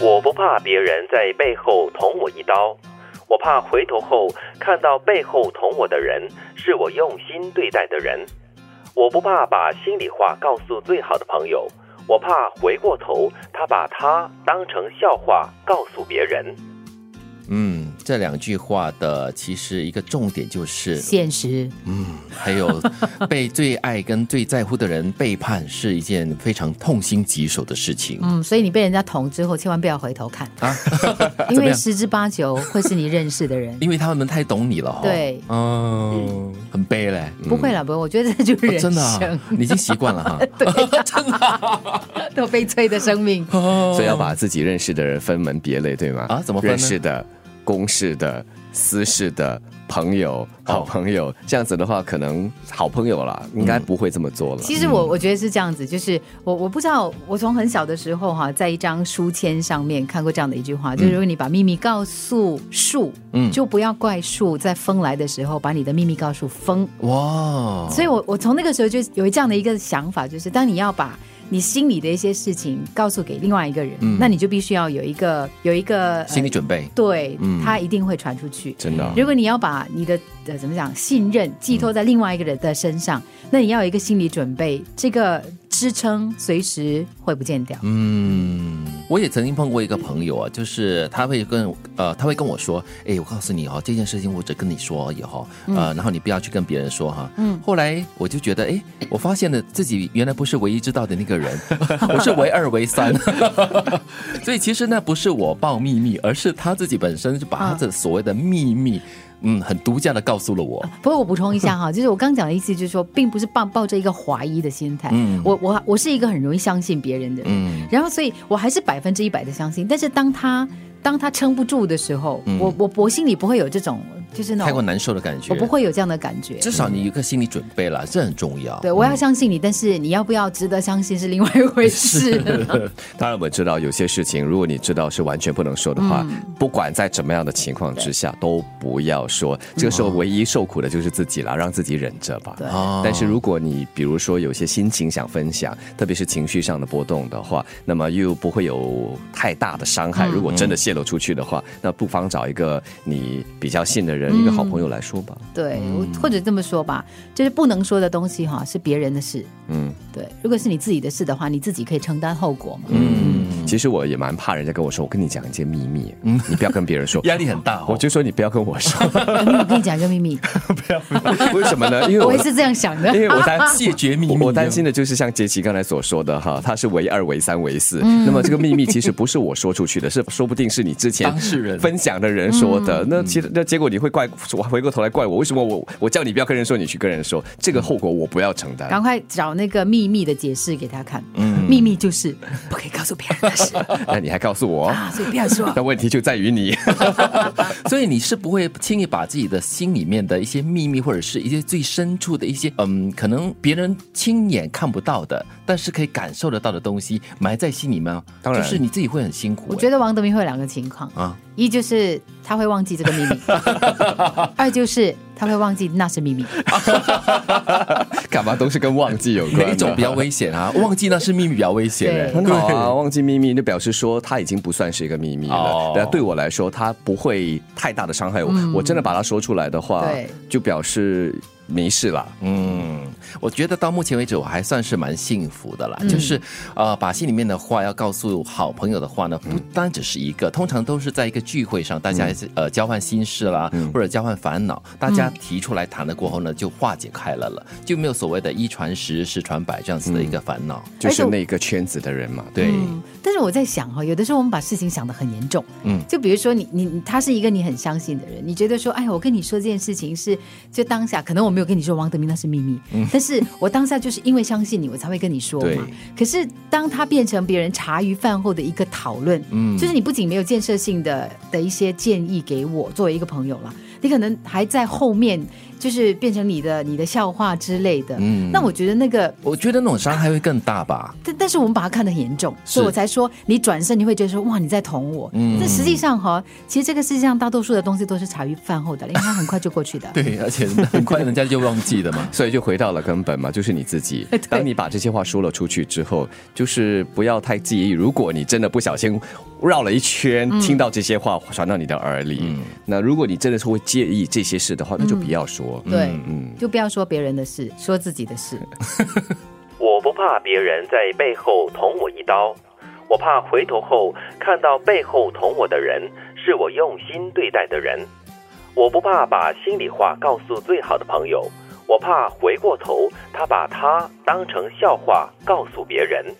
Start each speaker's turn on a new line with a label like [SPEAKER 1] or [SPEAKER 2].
[SPEAKER 1] 我不怕别人在背后捅我一刀，我怕回头后看到背后捅我的人是我用心对待的人。我不怕把心里话告诉最好的朋友，我怕回过头他把他当成笑话告诉别人。
[SPEAKER 2] 嗯，这两句话的其实一个重点就是，
[SPEAKER 3] 现实
[SPEAKER 2] 嗯，还有被最爱跟最在乎的人背叛是一件非常痛心疾首的事情。
[SPEAKER 3] 嗯，所以你被人家捅之后，千万不要回头看，
[SPEAKER 2] 啊，
[SPEAKER 3] 因
[SPEAKER 2] 怎么
[SPEAKER 3] 为
[SPEAKER 2] 样
[SPEAKER 3] 十之八九会是你认识的人。
[SPEAKER 2] 因为他们太懂你了哈、哦。
[SPEAKER 3] 对
[SPEAKER 2] 嗯，很悲嘞。嗯
[SPEAKER 3] 不会了，不会，我觉得这就是
[SPEAKER 2] 哦
[SPEAKER 3] 人
[SPEAKER 2] 真的、啊
[SPEAKER 3] 生，，
[SPEAKER 2] 你已经习惯了哈。啊
[SPEAKER 3] 多悲催的生命。
[SPEAKER 2] 所
[SPEAKER 4] 所以要把自己认识的人分门别类，对吗？
[SPEAKER 2] 哦啊怎么分呢
[SPEAKER 4] 认识的、公事的、私事的、朋友、好朋友，这样子的话，可能好朋友啦，应
[SPEAKER 2] 嗯
[SPEAKER 4] 该不会这么做了。
[SPEAKER 3] 其实我我觉得是这样子，就是我我不知道，我从很小的时候哈、在一张书签上面看过这样的一句话，
[SPEAKER 2] 嗯
[SPEAKER 3] 就是如果你把秘密告诉树，嗯，就不要怪树在风来的时候把你的秘密告诉风。
[SPEAKER 2] 哇，
[SPEAKER 3] 所以我我从那个时候就有这样的一个想法，就是当你要把你心里的一些事情告诉给另外一个人，那你就必须要有一个有一个、呃
[SPEAKER 2] 嗯心理准备。嗯
[SPEAKER 3] 对，他一定会传出去。
[SPEAKER 4] 真的啊
[SPEAKER 3] 如果你要把你的呃怎么讲信任寄托在另外一个人的身上，那你要有一个心理准备，这个支撑随时会不见掉。
[SPEAKER 2] 嗯，我也曾经碰过一个朋友啊，就是他会跟呃，他会跟我说，哎，我告诉你哦，这件事情我只跟你说而已哈、呃，然后你不要去跟别人说哈。嗯，后来我就觉得，哎，我发现了自己原来不是唯一知道的那个人，我是唯二、唯三，所以其实那不 是我报秘密，而是他自己本身就把他的所谓的秘密，嗯，很独家的告诉了我。
[SPEAKER 3] 不过我补充一下 哈，就是我刚讲的意思，就是说，并不是抱抱着一个怀疑的心态。
[SPEAKER 2] 嗯
[SPEAKER 3] 我我我是一个很容易相信别人的人，
[SPEAKER 2] 嗯
[SPEAKER 3] 然后所以我还是百分之一百的相信。但是当他当他撑不住的时候，我我我心里不会有这种就是那
[SPEAKER 2] 嗯太过
[SPEAKER 3] 种，
[SPEAKER 2] 难受的感觉。
[SPEAKER 3] 我不，会有这样的感觉。
[SPEAKER 2] 至少你有一个心理准备了，这很重要。
[SPEAKER 3] 对，我要相信你，但是你要不要值得相信是另外一 回事。
[SPEAKER 4] 当然，我们知道有些事情，如果你知道是完全不能说的话，不管在怎么样的情况之下，都不要说。这个时候，唯一受苦的就是自己了，让自己忍着吧。
[SPEAKER 3] 对
[SPEAKER 2] 哦
[SPEAKER 4] 但是如果你比如说有些心情想分享，特别是情绪上的波动的话，那么又不会有太大的伤
[SPEAKER 2] 嗯
[SPEAKER 4] 害。如果真的泄露出去的话，那不妨找一个你比较信的人，
[SPEAKER 2] 嗯
[SPEAKER 4] 一个好朋友来说吧。
[SPEAKER 3] 对，我或者这么说吧，就是不能说的东西哈，是别人的事。
[SPEAKER 4] 嗯，
[SPEAKER 3] 对，如果是你自己的事的话，你自己可以承担后果嘛。
[SPEAKER 4] 嗯，其实我也蛮怕人家跟我说，我跟你讲一件秘密，你不要跟别人说
[SPEAKER 2] 。压力很大、哦。
[SPEAKER 4] 我就说你不要跟我说，
[SPEAKER 3] 我 跟你讲一个秘密，
[SPEAKER 4] 为什么呢？因为
[SPEAKER 3] 我
[SPEAKER 4] 我
[SPEAKER 3] 也是这样想的
[SPEAKER 4] 因。为我担
[SPEAKER 2] 谢绝秘密
[SPEAKER 4] 我我担心的就是像杰奇刚才所说的哈，他是唯二、唯三、唯四。那么这个秘密其实不是我说出去的，是说不定是你之前
[SPEAKER 2] 当事人
[SPEAKER 4] 分享的人说的。那其实那结果你会怪我，回过头来怪我，为什么我我叫你不要跟人说，你去跟人说，这个后果我不要承担
[SPEAKER 3] 赶。快找那个秘密的解释给他看。秘密就是不可以告诉别人的事
[SPEAKER 4] 那你还告诉我，
[SPEAKER 3] 啊，所以不要 说。
[SPEAKER 4] 那问题就在于你。
[SPEAKER 2] 所以你是不会轻易把自己的心里面的一些秘密，或者是一些最深处的一些，嗯，可能别人亲眼看不到的，但是可以感受得到的东西，埋在心里面，
[SPEAKER 4] 当然
[SPEAKER 2] 就是你自己会很辛苦、
[SPEAKER 3] 我觉
[SPEAKER 2] 得
[SPEAKER 3] 得王德明会有两个情况
[SPEAKER 2] 啊
[SPEAKER 3] 一就是他会忘记这个秘密，二就是他会忘记那是秘密。
[SPEAKER 4] 干嘛都是跟忘记有关的，
[SPEAKER 2] 欸哪一种比较危险啊？忘记那是秘密比较危险、
[SPEAKER 3] 对
[SPEAKER 2] 欸。
[SPEAKER 4] 很好啊，忘记秘密就表示说它已经不算是一个秘密
[SPEAKER 2] 哦
[SPEAKER 4] 了。但对我来说，它不会太大的伤害我。我真的把它说出来的话
[SPEAKER 3] 对，
[SPEAKER 4] 就表示没事了。
[SPEAKER 2] 嗯，我觉得到目前为止我还算是蛮幸福的啦，就是呃，把心里面的话要告诉好朋友的话呢，不单只是一个，通常都是在一个聚会上，大家、呃交换心事啦，或者交换烦恼，大家提出来谈了过后呢，就化解开了了，就没有所谓的一传十，十传百这样子的一个烦恼。
[SPEAKER 4] 就是那个圈子的人嘛，对。
[SPEAKER 3] 嗯，但是我在想哈、有的时候我们把事情想得很严重，
[SPEAKER 2] 嗯
[SPEAKER 3] 嗯，就比如说你你你他是一个你很相信的人，你觉得说，哎，我跟你说这件事情是就当下，可能我没有跟你说王德明那是秘密，但是我当下就是因为相信你，我才会跟你说
[SPEAKER 4] 对。
[SPEAKER 3] 嘛。可是当他变成别人茶余饭后的一个讨论，嗯，就是你不仅没有建设性的的一些建议给我作为一个朋友啦，你可能还在后面就是变成你的你的笑话之类的，嗯，那我觉得那个
[SPEAKER 2] 我觉得那种伤害会更大吧。
[SPEAKER 3] 但但但是我们把它看得很严重，所以我才说你转身你会觉得说哇你在捅我，
[SPEAKER 2] 嗯。
[SPEAKER 3] 但实际上哈，其实这个世界上大多数的东西都是茶余饭后的，因为它很快就过去的
[SPEAKER 2] 对，而且很快人家就忘记的嘛
[SPEAKER 4] 所以就回到了根本嘛，就是你自己
[SPEAKER 3] 对。
[SPEAKER 4] 当你把这些话说了出去之后，就是不要太介意。如果你真的不小心绕了一圈，听到这些话传到你的耳里，那如果你真的是会介意这些事的话，那就不要说。
[SPEAKER 3] 对，
[SPEAKER 4] 嗯，
[SPEAKER 3] 就不要说别人的事，说自己的事。
[SPEAKER 1] 我不怕别人在背后捅我一刀，我怕回头后看到背后捅我的人是我用心对待的人。我不怕把心里话告诉最好的朋友，我怕回过头他把他当成笑话告诉别人。